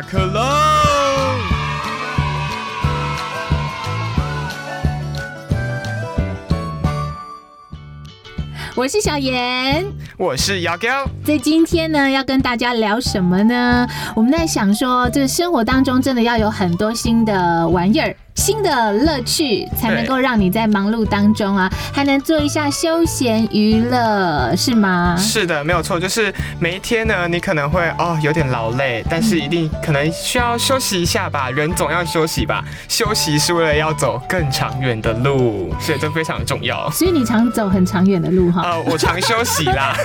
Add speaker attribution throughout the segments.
Speaker 1: 下课喽！
Speaker 2: 我是小妍。
Speaker 1: 我是姚彪，
Speaker 2: 在今天呢，要跟大家聊什么呢？我们在想说，这生活当中真的要有很多新的玩意儿。新的乐趣才能够让你在忙碌当中啊，还能做一下休闲娱乐，是吗？
Speaker 1: 是的，没有错，就是每一天呢，你可能会哦有点劳累，但是一定可能需要休息一下吧，人总要休息吧，休息是为了要走更长远的路，所以这非常重要。
Speaker 2: 所以你常走很长远的路哈。
Speaker 1: 呃，我常休息啦，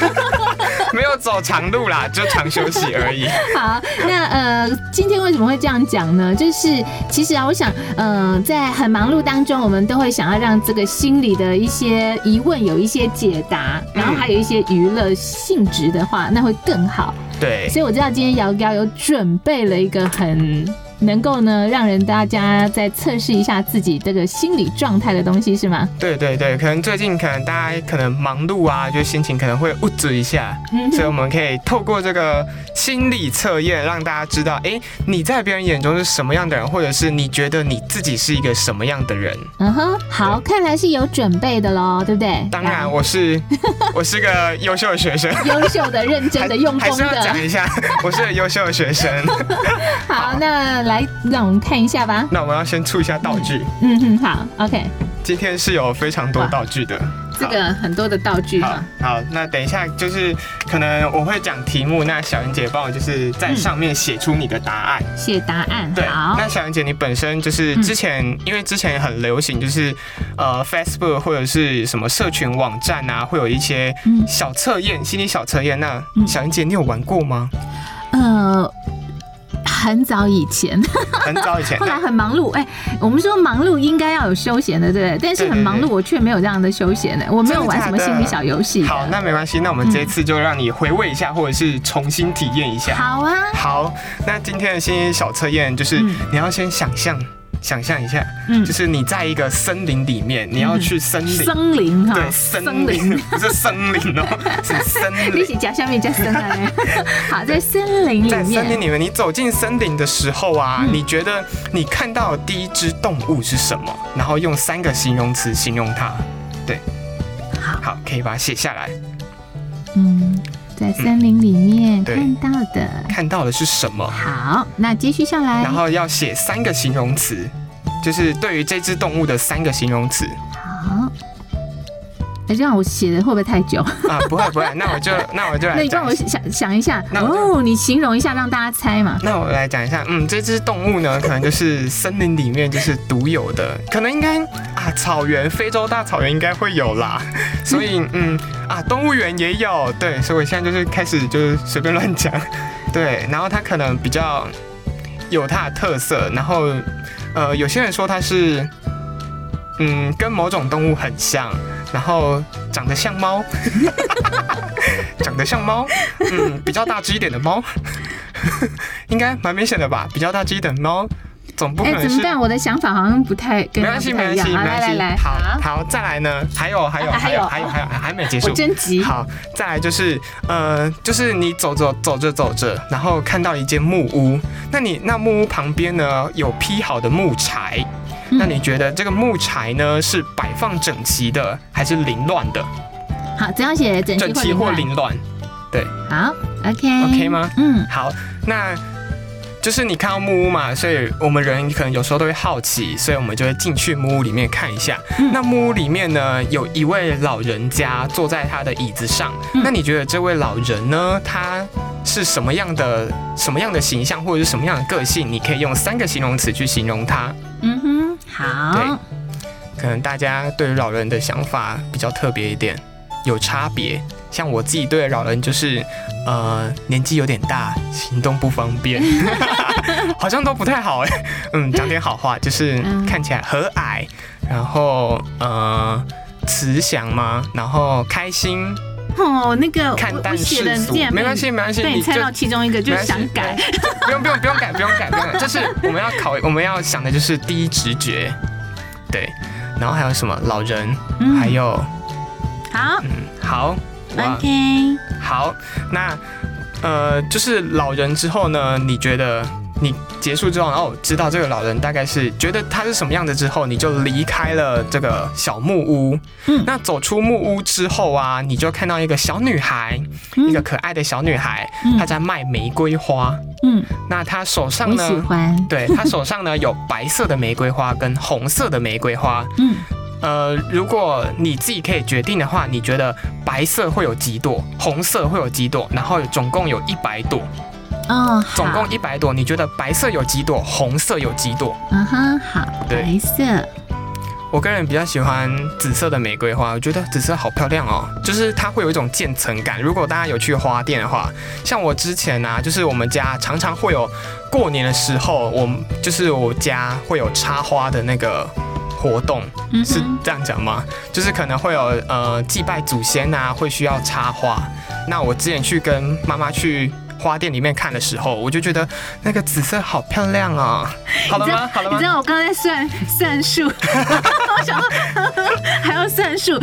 Speaker 1: 没有走长路啦，就常休息而已。
Speaker 2: 好，那呃，今天为什么会这样讲呢？就是其实啊，我想，呃，在很忙碌当中，我们都会想要让这个心里的一些疑问有一些解答，
Speaker 1: 嗯
Speaker 2: 然后还有一些娱乐性质的话，那会更好。
Speaker 1: 对，
Speaker 2: 所以我知道今天姚瑶有准备了一个很。能够呢，让人大家再测试一下自己这个心理状态的东西是吗？
Speaker 1: 对对对，可能最近可能大家可能忙碌啊，就心情可能会物质一下，
Speaker 2: 嗯
Speaker 1: 所以我们可以透过这个心理测验，让大家知道，诶，你在别人眼中是什么样的人，或者是你觉得你自己是一个什么样的人。
Speaker 2: 嗯哼，好，看来是有准备的喽，对不对？
Speaker 1: 当然，我是我是个优秀的学生，
Speaker 2: 来优秀的、认真的、用
Speaker 1: 还
Speaker 2: 功
Speaker 1: 是要
Speaker 2: 的。
Speaker 1: 讲一下，我是个优秀的 学生。
Speaker 2: 好，那来让我们看一下吧。
Speaker 1: 那我们要先出一下道具，
Speaker 2: 嗯哼，好，OK，
Speaker 1: 今天是有非常多道具的。
Speaker 2: 这个很多的道具
Speaker 1: 好
Speaker 2: 哈。
Speaker 1: 好，那等一下就是可能我会讲题目，那小云姐帮我就是在上面写出你的答案。
Speaker 2: 写答案，
Speaker 1: 对，
Speaker 2: 嗯好，嗯
Speaker 1: 那小云姐，你本身就是之前，因为之前很流行，就是呃，Facebook 或者是什么社群网站啊，会有一些
Speaker 2: 嗯
Speaker 1: 小测验、心理小测验。那
Speaker 2: 嗯
Speaker 1: 小云姐，你有玩过 吗？
Speaker 2: 呃，很早以 前，
Speaker 1: 很早以前
Speaker 2: 后来很忙碌，哎、我们说忙碌应该要有休闲的，对不对？但是很忙
Speaker 1: 对
Speaker 2: 碌，我却没有这样的休闲呢，我没有玩什么心理小游戏。
Speaker 1: 好，那没关系，那我们
Speaker 2: 嗯
Speaker 1: 这一次就让你回味一下，或者是重新体验一 下。
Speaker 2: 好啊，
Speaker 1: 好，那今天的心理小测验就是
Speaker 2: 嗯
Speaker 1: 你要先想象，想象一下，
Speaker 2: 嗯
Speaker 1: 就，是你在一个森林里面，你要去森林。
Speaker 2: 森林哈，
Speaker 1: 对，森林 不是森林哦，是森林。
Speaker 2: 你是讲下面加森啊？ 好，在森林里
Speaker 1: 在森林
Speaker 2: 面，
Speaker 1: 里面，你走进森林的时候啊，
Speaker 2: 嗯
Speaker 1: 你觉得你看到的第一只动物是什么？然后用三个形容词形容它。对，
Speaker 2: 好，
Speaker 1: 好，可以把它写下来。
Speaker 2: 嗯，在森林里面
Speaker 1: 对
Speaker 2: 看到的。
Speaker 1: 看到的是什么？
Speaker 2: 好，那接续下来，
Speaker 1: 然后要写三个形容词，就是对于这只动物的三个形容词
Speaker 2: 好，哎，这样我写的会不会太久？
Speaker 1: 啊。不会不会，那我就那我就
Speaker 2: 那
Speaker 1: 来
Speaker 2: 你帮
Speaker 1: 讲
Speaker 2: 我
Speaker 1: 一下。
Speaker 2: 想想一下
Speaker 1: 那我就
Speaker 2: 哦，你形容一下，让大家猜嘛。
Speaker 1: 那我来讲一下，嗯，这只动物呢，可能就是森林里面就是独有的，可能应该啊，草原非洲大草原应该会有啦，所以嗯啊，动物园也有，对，所以我现在就是开始就是随便乱讲，对，然后它可能比较有它的特色，然后呃，有些人说它是嗯跟某种动物很像，然后长得像猫， 长得像猫，嗯，比较大只一点的猫， 应该蛮明显的吧？比较大只一点的猫，总不可
Speaker 2: 哎，
Speaker 1: 能
Speaker 2: 怎
Speaker 1: 是
Speaker 2: 么。办？我的想法好像不太跟
Speaker 1: 没
Speaker 2: 人家
Speaker 1: 关系，
Speaker 2: 不
Speaker 1: 没
Speaker 2: 太
Speaker 1: 关
Speaker 2: 一
Speaker 1: 系，
Speaker 2: 样
Speaker 1: 没
Speaker 2: 啊！来
Speaker 1: 关
Speaker 2: 来
Speaker 1: 系
Speaker 2: 来，。
Speaker 1: 好，好，再来呢？还有，还有，
Speaker 2: 啊
Speaker 1: 还有，
Speaker 2: 还
Speaker 1: 还
Speaker 2: 有
Speaker 1: 有，还有，还没结
Speaker 2: 我
Speaker 1: 束。
Speaker 2: 征集。
Speaker 1: 好，再来就是，呃，就是你走走走着走着，然后看到一间木屋，那你那木屋旁边呢有劈好的木柴，
Speaker 2: 嗯
Speaker 1: 那你觉得这个木柴呢是摆放整齐的，还是凌乱的？
Speaker 2: 嗯好，只要写整
Speaker 1: 整
Speaker 2: 齐
Speaker 1: 齐
Speaker 2: 或
Speaker 1: 或
Speaker 2: 凌
Speaker 1: 凌乱
Speaker 2: 乱。好，OK。
Speaker 1: ，OK 吗？
Speaker 2: 嗯，
Speaker 1: 好，那。就是你看到木屋嘛，所以我们人可能有时候都会好奇，所以我们就会进去木屋里面看一下。
Speaker 2: 嗯
Speaker 1: 那木屋里面呢，有一位老人家坐在他的椅子上。
Speaker 2: 嗯
Speaker 1: 那你觉得这位老人呢，他是什么样的什么样的形象，或者是什么样的个性？你可以用三个形容词去形容他。
Speaker 2: 嗯哼，好。
Speaker 1: 可能大家对于老人的想法比较特别一点，有差别。像我自己对老人就是，呃，年纪有点大，行动不方 便，好像都不太好哎。嗯，讲点好话，就是
Speaker 2: 嗯
Speaker 1: 看起来和蔼，然后呃，慈祥嘛，然后开心，
Speaker 2: 哦，那个
Speaker 1: 看
Speaker 2: 我我
Speaker 1: 淡
Speaker 2: 写
Speaker 1: 世
Speaker 2: 的
Speaker 1: 俗
Speaker 2: 这，样
Speaker 1: 没关系，没关系，
Speaker 2: 被
Speaker 1: 你
Speaker 2: 你
Speaker 1: 就
Speaker 2: 猜到其中一个就
Speaker 1: 没
Speaker 2: 是
Speaker 1: 关系
Speaker 2: 想改。
Speaker 1: 不用不用不用改，不用改，不用改，就是我们要 考，我们要想的就是第一直觉，对，然后还有什么老人，
Speaker 2: 嗯
Speaker 1: 还有。
Speaker 2: 好
Speaker 1: 嗯，好，哇，
Speaker 2: ，OK。
Speaker 1: 好，那呃，就是老人之后呢，你觉得你结束之后，然后知道这个老人大概是觉得他是什么样子之后，你就离开了这个小木屋。
Speaker 2: 嗯
Speaker 1: 那走出木屋之后啊，你就看到一个小女孩，
Speaker 2: 嗯
Speaker 1: 一个可爱的小女孩，
Speaker 2: 嗯
Speaker 1: 她在卖玫瑰花。
Speaker 2: 嗯，
Speaker 1: 那她手上
Speaker 2: 我喜
Speaker 1: 呢？
Speaker 2: 欢，
Speaker 1: 对她手上呢有白色的玫瑰花跟红色的玫瑰花，
Speaker 2: 嗯
Speaker 1: 呃，如果你自己可以决定的话，你觉得白色会有几朵，红色会有几朵，然后总共有一百朵，
Speaker 2: 哦，好
Speaker 1: 总共一百朵，你觉得白色有几朵，红色有几朵？
Speaker 2: 嗯哼，好，
Speaker 1: 对
Speaker 2: 白色，
Speaker 1: 我个人比较喜欢紫色的玫瑰花，我觉得紫色好漂亮哦，就是它会有一种渐层感。如果大家有去花店的话，像我之前啊，就是我们家常常会有过年的时候，我们就是我家会有插花的那个活动，
Speaker 2: 嗯
Speaker 1: 是
Speaker 2: 哼，
Speaker 1: 这样讲吗？就是可能会有呃祭拜祖先啊，会需要插花。那我之前去跟妈妈去花店里面看的时候，我就觉得那个紫色好漂亮啊、 好了
Speaker 2: 你知
Speaker 1: 吗
Speaker 2: 道？
Speaker 1: 好了
Speaker 2: 你知
Speaker 1: 吗？
Speaker 2: 道我刚才在算算数，我想说还要算数，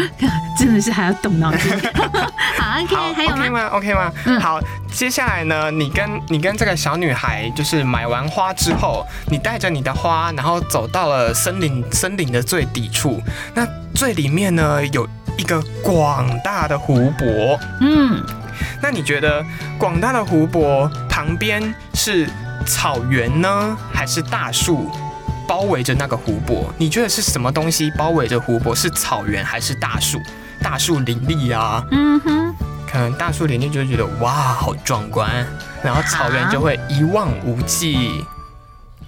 Speaker 2: 真的是还要动脑筋。 好
Speaker 1: 好
Speaker 2: ，OK，还有
Speaker 1: ，OK
Speaker 2: 吗？
Speaker 1: 吗？OK 吗？
Speaker 2: 嗯
Speaker 1: 好，接下来呢，你跟你跟这个小女孩，就是买完花之后，你带着你的花，然后走到了森林森林的最底处，那最里面呢有一个广大的湖泊，
Speaker 2: 嗯，
Speaker 1: 那你觉得广大的湖泊旁边是草原呢，还是大树包围着那个湖泊？你觉得是什么东西包围着湖泊？是草原还是大树？大树林立啊，
Speaker 2: 嗯哼，
Speaker 1: 可能大树林立就会觉得哇，好壮观，然后草原就会一望无际。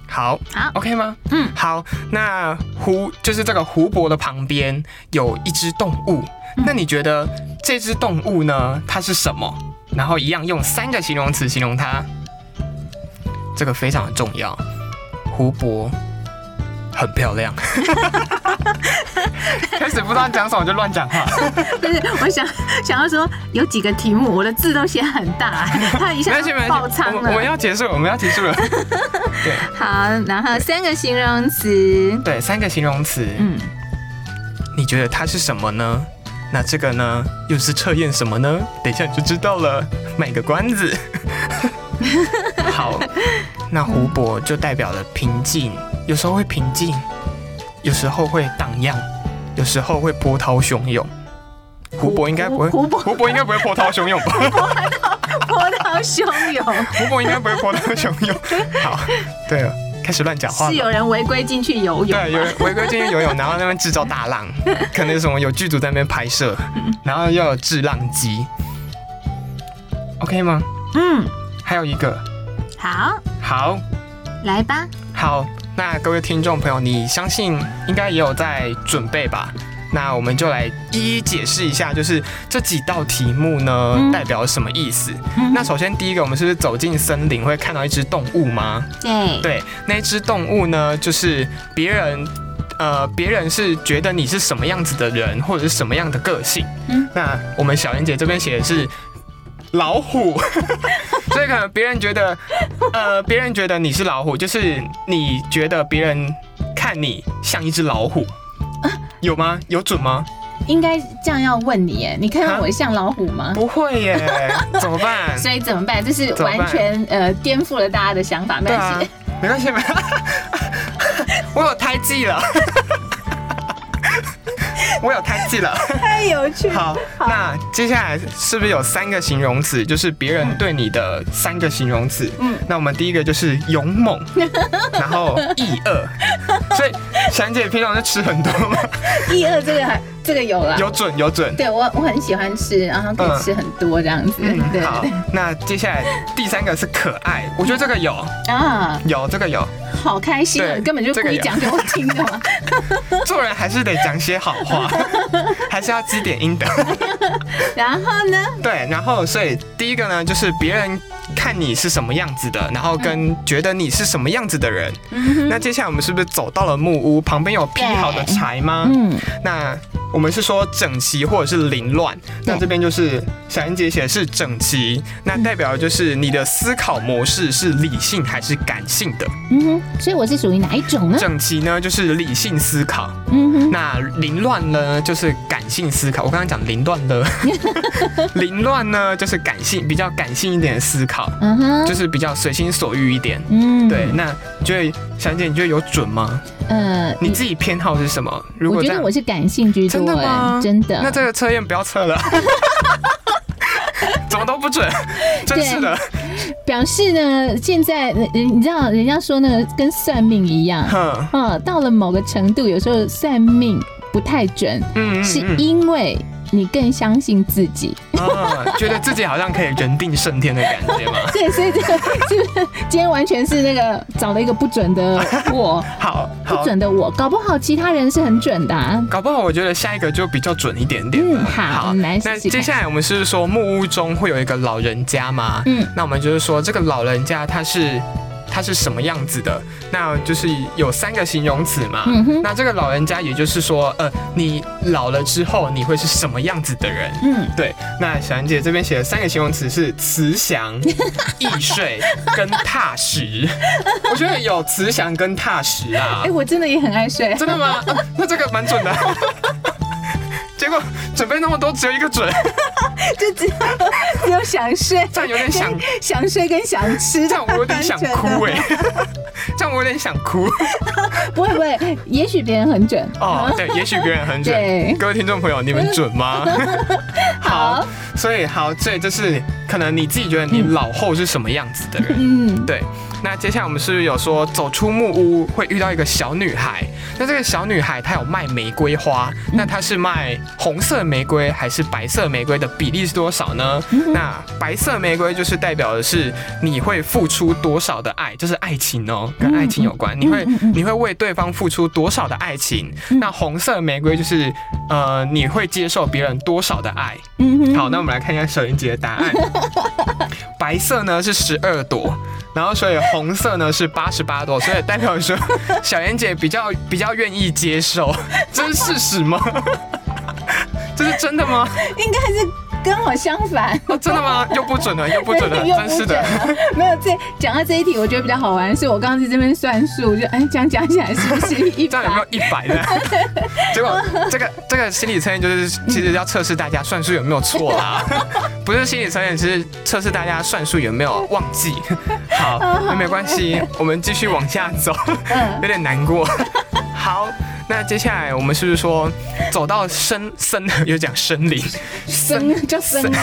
Speaker 1: 好，
Speaker 2: 好
Speaker 1: ，OK 吗？
Speaker 2: 嗯，
Speaker 1: 好。那湖就是这个湖泊的旁边有一只动物，
Speaker 2: 嗯
Speaker 1: 那你觉得这只动物呢？它是什么？然后一样用三个形容词形容它，这个非常的重要。湖泊很 漂亮。开始不知道讲什么就乱讲话。
Speaker 2: 不是，我想想要说有几个题目，我的字都写很大，他一
Speaker 1: 没
Speaker 2: 下
Speaker 1: 关系，
Speaker 2: 就
Speaker 1: 没
Speaker 2: 爆
Speaker 1: 关系，
Speaker 2: 仓
Speaker 1: 我们我们
Speaker 2: 了。
Speaker 1: 要结束了，我们要 结束了。对
Speaker 2: 好，然后三个形容词，
Speaker 1: 对，三个形容词，
Speaker 2: 嗯，
Speaker 1: 你觉得它是什么呢？那这个呢，又是测验什么呢？等一下你就知道了，卖个关 子。好，那湖泊就代表了平静，有时候会平静，有时候会荡漾，有时候会波涛汹涌。湖泊应该不会，
Speaker 2: 湖湖泊
Speaker 1: 湖泊应该不会波涛汹涌吧？
Speaker 2: 波涛汹涌，
Speaker 1: 湖泊应该不会波涛汹涌。好，对了，开始乱讲话了
Speaker 2: 是。有人违规进去游泳吗，
Speaker 1: 对，有人违规进去游泳，然后在那边制造 大浪，可能有什么有剧组在那边拍摄，
Speaker 2: 嗯
Speaker 1: 然后要有制浪机，OK 吗？
Speaker 2: 嗯，
Speaker 1: 还有一个，
Speaker 2: 好，
Speaker 1: 好
Speaker 2: 来吧，
Speaker 1: 好，那各位听众朋友，你相信应该也有在准备吧？那我们就来一一解释一下，就是这几道题目呢、
Speaker 2: 嗯
Speaker 1: 代表什么意思。
Speaker 2: 嗯
Speaker 1: 那首先第一个，我们是不是走进森林会看到一只动物吗？
Speaker 2: 对，
Speaker 1: 对，那只动物呢，就是别人。呃，别人是觉得你是什么样子的人，或者是什么样的个性。
Speaker 2: 嗯
Speaker 1: 那我们小燕姐这边写的是老虎， 所以可能别人觉得，呃，别人觉得你是老虎，就是你觉得别人看你像一只老虎，有吗？有准吗？
Speaker 2: 应该这样要问你，哎，你看到
Speaker 1: 啊
Speaker 2: 我像老虎吗？
Speaker 1: 不会耶，怎 么办？
Speaker 2: 所以怎么办？这是
Speaker 1: 怎么办
Speaker 2: 完全呃颠覆了大家的想法，没
Speaker 1: 对啊
Speaker 2: 关系。，
Speaker 1: 没关系，没关系， 我有胎记了， 我有胎记了。
Speaker 2: 太有趣了
Speaker 1: 好，那接下来是不是有三个形容词，就是别人对你的三个形容词？
Speaker 2: 嗯
Speaker 1: 嗯，那我们第一个就是勇 猛，然后易恶，所以祥姐平常就吃很多 吗？
Speaker 2: 一二这个还这个有了，
Speaker 1: 有准有准。
Speaker 2: 对我我很喜欢吃，然后可以吃很多这样子，
Speaker 1: 嗯，
Speaker 2: 对
Speaker 1: 好
Speaker 2: 对，
Speaker 1: 那接下来第三个是可爱，我觉得这个有
Speaker 2: 啊，
Speaker 1: 有这个有，
Speaker 2: 好开心啊！
Speaker 1: 对
Speaker 2: 你根本就故意讲给我听的嘛。
Speaker 1: 做人还是得讲些好 话，还是要积点阴德。
Speaker 2: 然后呢，
Speaker 1: 对，然后所以第一个呢，就是别人看你是什么样子的，然后跟觉得你是什么样子的人。
Speaker 2: 嗯
Speaker 1: 那接下来我们是不是走到了木屋旁边有劈好的柴吗？
Speaker 2: 哼，
Speaker 1: 那我们是说整齐或者是凌乱，那这边就是小英姐写的是整齐，那代表就是你的思考模式是理性还是感性的。
Speaker 2: 嗯哼，所以我是属于哪一种呢？
Speaker 1: 整齐呢就是理性思考，
Speaker 2: 嗯哼，
Speaker 1: 那凌乱呢就是感性思考。我刚刚讲凌乱 了，凌乱呢就是感性，比较感性一点的思考，
Speaker 2: 嗯哼，
Speaker 1: 就是比较随心所欲一点。
Speaker 2: 嗯，
Speaker 1: 对，，那你觉得小英姐，你觉得有准吗？
Speaker 2: 呃，
Speaker 1: 你自己偏好是什么？如
Speaker 2: 我
Speaker 1: 果这
Speaker 2: 觉得
Speaker 1: 样
Speaker 2: 我，是感性居多、
Speaker 1: 真的吗
Speaker 2: 哎，真的。
Speaker 1: 那这个测验不要 测了，怎么都不准，真是的。
Speaker 2: 表示呢，现在人你知道，人家说那个跟算命一 样，
Speaker 1: 哼，
Speaker 2: 嗯，到了某个程度，有时候算命不太准，
Speaker 1: 嗯
Speaker 2: 是因为你更相信自己。
Speaker 1: 啊，觉得自己好像可以人定胜天的感觉嘛。
Speaker 2: 对，所以这个是不是今天完全是那个找了一个不准的我，
Speaker 1: 好
Speaker 2: 不
Speaker 1: 好，
Speaker 2: 准的我，搞不好其他人是很准的、啊。
Speaker 1: 搞不好我觉得下一个就比较准一点点了。
Speaker 2: 嗯好我们来
Speaker 1: 那
Speaker 2: 试试
Speaker 1: 接下来我们是说木屋中会有一个老人家嘛？
Speaker 2: 嗯，
Speaker 1: 那我们就是说这个老人家他是他是什么样子的？那就是有三个形容词嘛。
Speaker 2: 嗯哼，
Speaker 1: 那这个老人家，也就是说，呃，你老了之后你会是什么样子的人？
Speaker 2: 嗯，
Speaker 1: 对，那小兰姐这边写的三个形容词是 慈祥、易睡跟踏实。我觉得有慈祥跟踏实啊
Speaker 2: 哎、，我真的也很爱睡。
Speaker 1: 真的 吗？啊那这个蛮准的。 结果准备那么多，只有一个准，
Speaker 2: 就 只有只有想睡，
Speaker 1: 这样有点想，
Speaker 2: 想睡跟想吃，
Speaker 1: 这样我有点想哭哎、 这样我有点想哭
Speaker 2: 不会不会，也许别人很准。
Speaker 1: 哦。对，也许别人很
Speaker 2: 对
Speaker 1: 准，各位听众朋友，你们准吗？
Speaker 2: 好，
Speaker 1: 所以 好，所以就是可能你自己觉得你老后是什么样子的人。
Speaker 2: 嗯，
Speaker 1: 对，那接下来我们是不是有说走出木屋会遇到一个小女孩？那这个小女孩她有卖玫瑰花，那她是卖红色玫瑰还是白色玫瑰的比例是多少呢？那白色玫瑰就是代表的是你会付出多少的爱，就是爱情哦，跟爱情有关，你会你会为对方付出多少的爱情？那红色玫瑰就是呃你会接受别人多少的爱？
Speaker 2: 嗯哼，
Speaker 1: 好，那我们来看一下小云姐的答 案。白色呢是十二朵，然后所以红色呢是八十八朵，所以代表说小妍姐比较比较愿意接 受，这是事实吗？ 这是真的吗？
Speaker 2: 应该是刚好相反。
Speaker 1: 哦，真的吗？又不准了， 又不准 了，
Speaker 2: 又
Speaker 1: 真是的。
Speaker 2: 不准了。 没有这讲到这一题，我觉得比较好玩，是我刚刚在这边算数，就哎，这样加起来是不是一
Speaker 1: 这样有没
Speaker 2: 百
Speaker 1: 有？一百的？结果这个这个心理测验就是其实要测试大家算术有没有错 啦，不是心理测验，是测试大家算术有没有忘 记。好，那没关系，我们继续往下走，
Speaker 2: 哦嗯
Speaker 1: 有点难过。好，那接下来我们是不是说走到森森又讲森 林，
Speaker 2: 生就生了。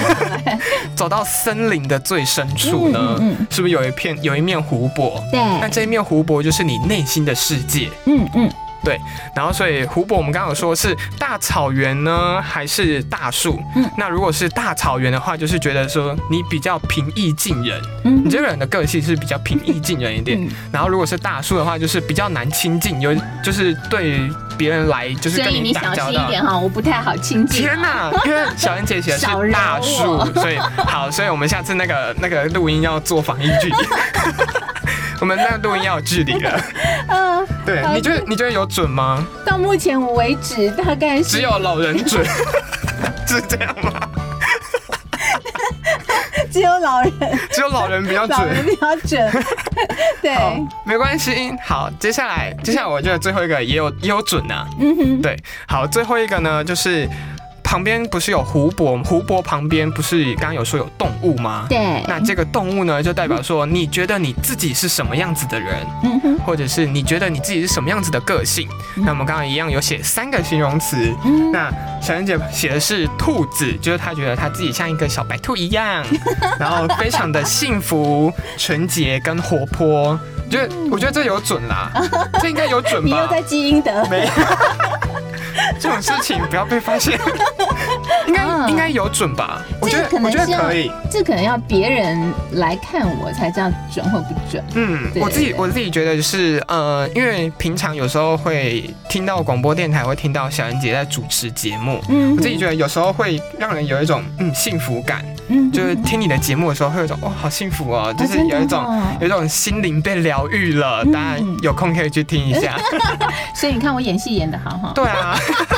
Speaker 1: 走到森林的最深处呢？
Speaker 2: 嗯嗯嗯
Speaker 1: 是不是有一片有一面湖泊？
Speaker 2: 对，
Speaker 1: 那这一面湖泊就是你内心的世界。
Speaker 2: 嗯嗯，
Speaker 1: 然后，所以湖泊我们刚刚有说是大草原呢，还是大树？
Speaker 2: 嗯
Speaker 1: 那如果是大草原的话，就是觉得说你比较平易近人，
Speaker 2: 嗯
Speaker 1: 你这个人的个性是比较平易近人一点。
Speaker 2: 嗯
Speaker 1: 然后，如果是大树的话，就是比较难亲近，有就是对别人来就是
Speaker 2: 所
Speaker 1: 跟
Speaker 2: 以你
Speaker 1: 打
Speaker 2: 小
Speaker 1: 交
Speaker 2: 心一
Speaker 1: 道。
Speaker 2: 点哈，我不太好亲近。
Speaker 1: 天呐、因为小恩姐写的是
Speaker 2: 少饶
Speaker 1: 大树
Speaker 2: 我，
Speaker 1: 所以好，所以我们下次那个那个录音要做防疫 距离，我们那个录音要有距离了。
Speaker 2: 嗯，
Speaker 1: 对，你觉得你觉得有准吗？
Speaker 2: 到目前为止大概
Speaker 1: 只
Speaker 2: 是
Speaker 1: 有老人准， 是这样吗？
Speaker 2: 只有老人
Speaker 1: 只有老人比较
Speaker 2: 老人
Speaker 1: 准。
Speaker 2: 比较准。对，
Speaker 1: 好，没关系。好，接下来，接下来我觉得最后一个也有也有准啊。
Speaker 2: 嗯哼，
Speaker 1: 对，好，最后一个呢就是旁边不是有湖泊，湖泊旁边不是刚刚有说有动物吗？
Speaker 2: 对，
Speaker 1: 那这个动物呢，就代表说你觉得你自己是什么样子的人，
Speaker 2: 嗯哼，
Speaker 1: 或者是你觉得你自己是什么样子的个性。那我们刚刚一样有写三个形容词，
Speaker 2: 嗯
Speaker 1: 那小燕姐写的是兔子，就是她觉得她自己像一个小白兔一 样，然后非常的幸福、纯洁跟活泼。就我觉得这有准啦，这应该有
Speaker 2: 嗯
Speaker 1: 准
Speaker 2: 你又
Speaker 1: 吧？
Speaker 2: 在积阴德。
Speaker 1: 没有 这种事情不要被发现，应该
Speaker 2: 嗯
Speaker 1: 应该有准吧？我
Speaker 2: 这
Speaker 1: 觉
Speaker 2: 个
Speaker 1: 得
Speaker 2: 可
Speaker 1: 我
Speaker 2: 能
Speaker 1: 觉
Speaker 2: 是
Speaker 1: 得
Speaker 2: 要
Speaker 1: 可以，，
Speaker 2: 这可能要别人来看我才知道准或不准。
Speaker 1: 嗯，
Speaker 2: 对
Speaker 1: 我自己
Speaker 2: 对对
Speaker 1: 我自己觉得是，呃，因为平常有时候会听到广播电台会听到小燕姐在主持节目，
Speaker 2: 嗯
Speaker 1: 我自己觉得有时候会让人有一种嗯幸福感，
Speaker 2: 嗯，
Speaker 1: 就是 听你的节目的时候，会有一种哇、好幸福哦，就是有一种、
Speaker 2: 哦
Speaker 1: 有一种心灵被疗愈了。
Speaker 2: 嗯
Speaker 1: 大家有空可以去听一 下。
Speaker 2: 所以你看我演戏演的好哈。
Speaker 1: 对啊，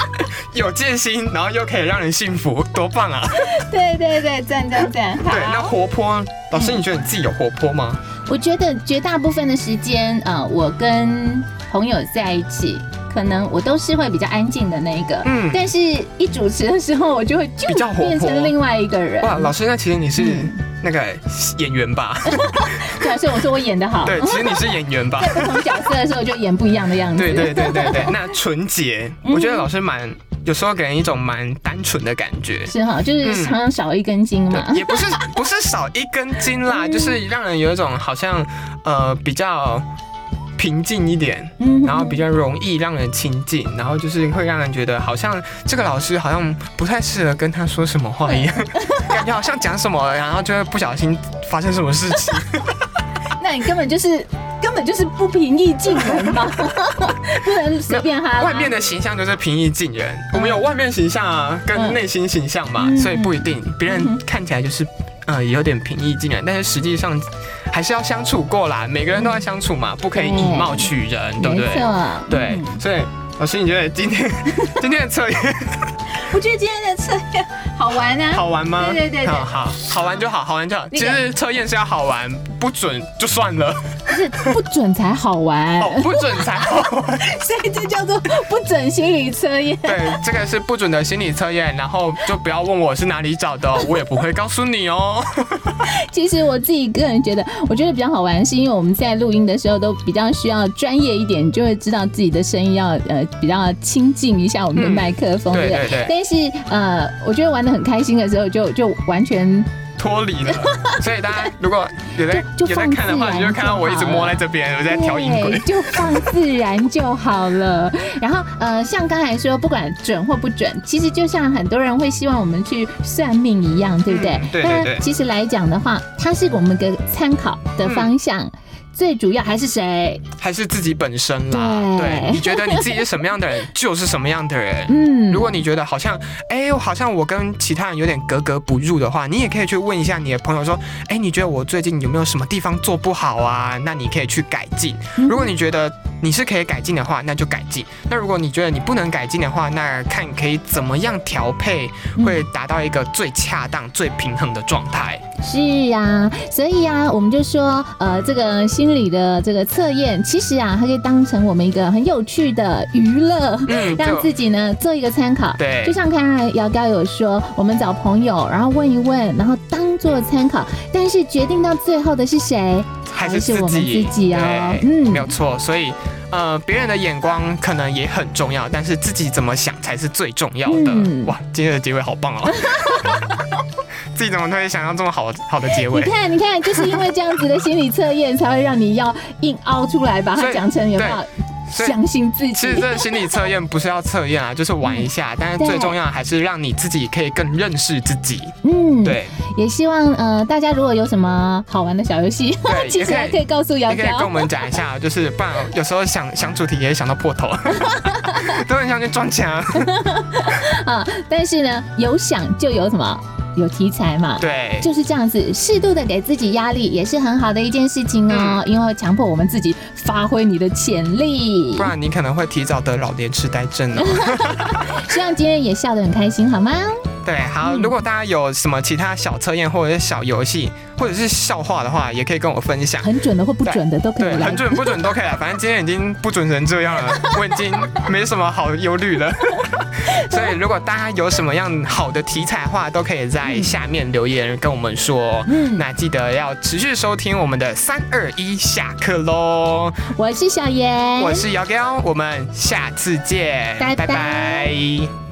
Speaker 1: 有戒心，然后又可以让人幸福，多棒啊！
Speaker 2: 对对对，赞赞赞。
Speaker 1: 对，啊那活泼，老师，你觉得你自己有活泼吗？
Speaker 2: 我觉得绝大部分的时间，呃，我跟朋友在一起，可能我都是会比较安静的那一个。
Speaker 1: 嗯
Speaker 2: 但是，一主持的时候，我就会就
Speaker 1: 比较活泼
Speaker 2: 变成另外一个人。
Speaker 1: 哇，老师，那其实你是
Speaker 2: 嗯
Speaker 1: 那个演员吧？
Speaker 2: 对啊，所以我说我演的好。
Speaker 1: 对，其实你是演员吧
Speaker 2: 在？不同角色的时候，我就演不一样的样子。
Speaker 1: 对对对对对，那纯洁，
Speaker 2: 嗯
Speaker 1: 我觉得老师蛮有时候给人一种蛮单纯的感觉。
Speaker 2: 是哈，就是
Speaker 1: 嗯
Speaker 2: 常常少一根筋嘛。
Speaker 1: 对，也不是不是少一根筋啦，
Speaker 2: 嗯
Speaker 1: 就是让人有一种好像呃比较平静一点，
Speaker 2: 嗯
Speaker 1: 然后比较容易让人亲近，然后就是会让人觉得好像这个老师好像不太适合跟他说什么话一样，
Speaker 2: 嗯
Speaker 1: 感觉好像讲什么，然后就会不小心发生什么事情。
Speaker 2: 那你根本就是根本就是不平易近人吧， 不能随便哈拉。
Speaker 1: 外面的形象就是平易近人，我们有外面形象啊，跟
Speaker 2: 嗯
Speaker 1: 内心形象嘛，
Speaker 2: 嗯
Speaker 1: 所以不一定，别
Speaker 2: 嗯
Speaker 1: 人看起来就是。呃，有点平易近人，但是实际上还是要相处过啦。每个人都要相处嘛，不可以以貌取人，对
Speaker 2: 嗯
Speaker 1: 不
Speaker 2: 没
Speaker 1: 对？
Speaker 2: 错，
Speaker 1: 对
Speaker 2: 嗯，
Speaker 1: 所以老师，你觉得今天 今天的测验
Speaker 2: 我觉得今天的测验好玩啊。
Speaker 1: 好玩吗？
Speaker 2: 对对对对
Speaker 1: 好好好玩就好，好玩就好。
Speaker 2: 那个
Speaker 1: 其实测验是要好玩，不准就算 了，
Speaker 2: 不准才好玩，
Speaker 1: 哦，不准才好玩。
Speaker 2: 所以这叫做不准心理测验。
Speaker 1: 对，这个是不准的心理测验，然后就不要问我是哪里找的哦，我也不会告诉你哦。
Speaker 2: 其实我自己个人觉得，我觉得比较好玩，是因为我们在录音的时候都比较需要专业一点，就会知道自己的声音要呃比较亲近一下我们的
Speaker 1: 嗯
Speaker 2: 麦克风，
Speaker 1: 对
Speaker 2: 不
Speaker 1: 对对
Speaker 2: 但是呃，我觉得玩的很开心的时候就，就完全
Speaker 1: 脱离了， 所以大家如果有在
Speaker 2: 就就
Speaker 1: 有在看的
Speaker 2: 放
Speaker 1: 话，
Speaker 2: 自然
Speaker 1: 你就看到我一直摸在这边，我在调音轨
Speaker 2: 对，。就放自然就好了。 然后呃，像刚才说，不管准或不准，其实就像很多人会希望我们去算命一样，对不对？
Speaker 1: 嗯对对对
Speaker 2: 那其实来讲的话，它是我们的参考的方向。
Speaker 1: 嗯
Speaker 2: 最主要还是谁？
Speaker 1: 还是自己本身啦。
Speaker 2: 对
Speaker 1: 对，你觉得你自己是什么样的人，就是什么样的人。
Speaker 2: 嗯，
Speaker 1: 如果你觉得好像，哎、好像我跟其他人有点格格不入的话，你也可以去问一下你的朋友说，哎、你觉得我最近有没有什么地方做不好啊？那你可以去改进。
Speaker 2: 嗯
Speaker 1: 如果你觉得你是可以改进的话，那就改进；那如果你觉得你不能改进的话，那看可以怎么样调配，会达到一个最恰当、最平衡的状态。
Speaker 2: 是啊，所以啊，我们就说，呃，这个心理的这个测验，其实啊，它可以当成我们一个很有趣的娱乐，
Speaker 1: 嗯，
Speaker 2: 让自
Speaker 1: 就
Speaker 2: 己呢做一个参考。
Speaker 1: 对
Speaker 2: 就像刚才姚高有说，我们找朋友，然后问一问，然后当做参考，但是决定到最后的是谁，
Speaker 1: 还是自
Speaker 2: 我们
Speaker 1: 己
Speaker 2: 自己哦。
Speaker 1: 对
Speaker 2: 嗯
Speaker 1: 没有错，所以呃，别人的眼光可能也很重要，但是自己怎么想才是最重要的。
Speaker 2: 嗯
Speaker 1: 哇，今天的结尾好 棒哦！ 自己怎么可以想到这么好好的结
Speaker 2: 你
Speaker 1: 尾？
Speaker 2: 看，你看，就是因为这样子的心理测验，才会让你要硬凹出来，把它
Speaker 1: 所以
Speaker 2: 讲成有没有
Speaker 1: 所以
Speaker 2: 相信自
Speaker 1: 其实
Speaker 2: 己。
Speaker 1: 这个心理测验不是要测验啊，就是玩一
Speaker 2: 嗯
Speaker 1: 下，但是最重要的还是让你自己可以更认识自己。
Speaker 2: 嗯，，
Speaker 1: 对，
Speaker 2: 也希望呃大家如果有什么好玩的小游戏，
Speaker 1: 对
Speaker 2: 其实
Speaker 1: 也可以
Speaker 2: 还可以告诉姚
Speaker 1: 也可以跟我
Speaker 2: 高。
Speaker 1: 们讲一下，就是不然有时候想想主题也想到 破头，都很想去撞墙。
Speaker 2: 啊，但是呢，有想就有什么，有题材嘛。
Speaker 1: 对，
Speaker 2: 就是这样子，适度的给自己压力也是很好的一件事情哦，因为会强迫我们自己发挥你的潜力
Speaker 1: 不。然你可能会提早得老年痴呆症哦。
Speaker 2: 希望今天也笑得很开心，好吗？
Speaker 1: 对，好，
Speaker 2: 嗯
Speaker 1: 如果大家有什么其他小测验或者是小游戏或者是笑话的话，也可以跟我分享。
Speaker 2: 很准的或不准的都可
Speaker 1: 对
Speaker 2: 以，来
Speaker 1: 很。准不准都 可以了，反正今天已经不准成这样了，我已经没什么好忧虑 了。所以如果大家有什么样好的题材的话，都可以在下面留言跟我们说。
Speaker 2: 嗯，
Speaker 1: 那记得要持续收听我们的三二一下课喽！
Speaker 2: 我是小妍，
Speaker 1: 我是姚彪，我们下次见，
Speaker 2: 嗯拜拜
Speaker 1: 拜拜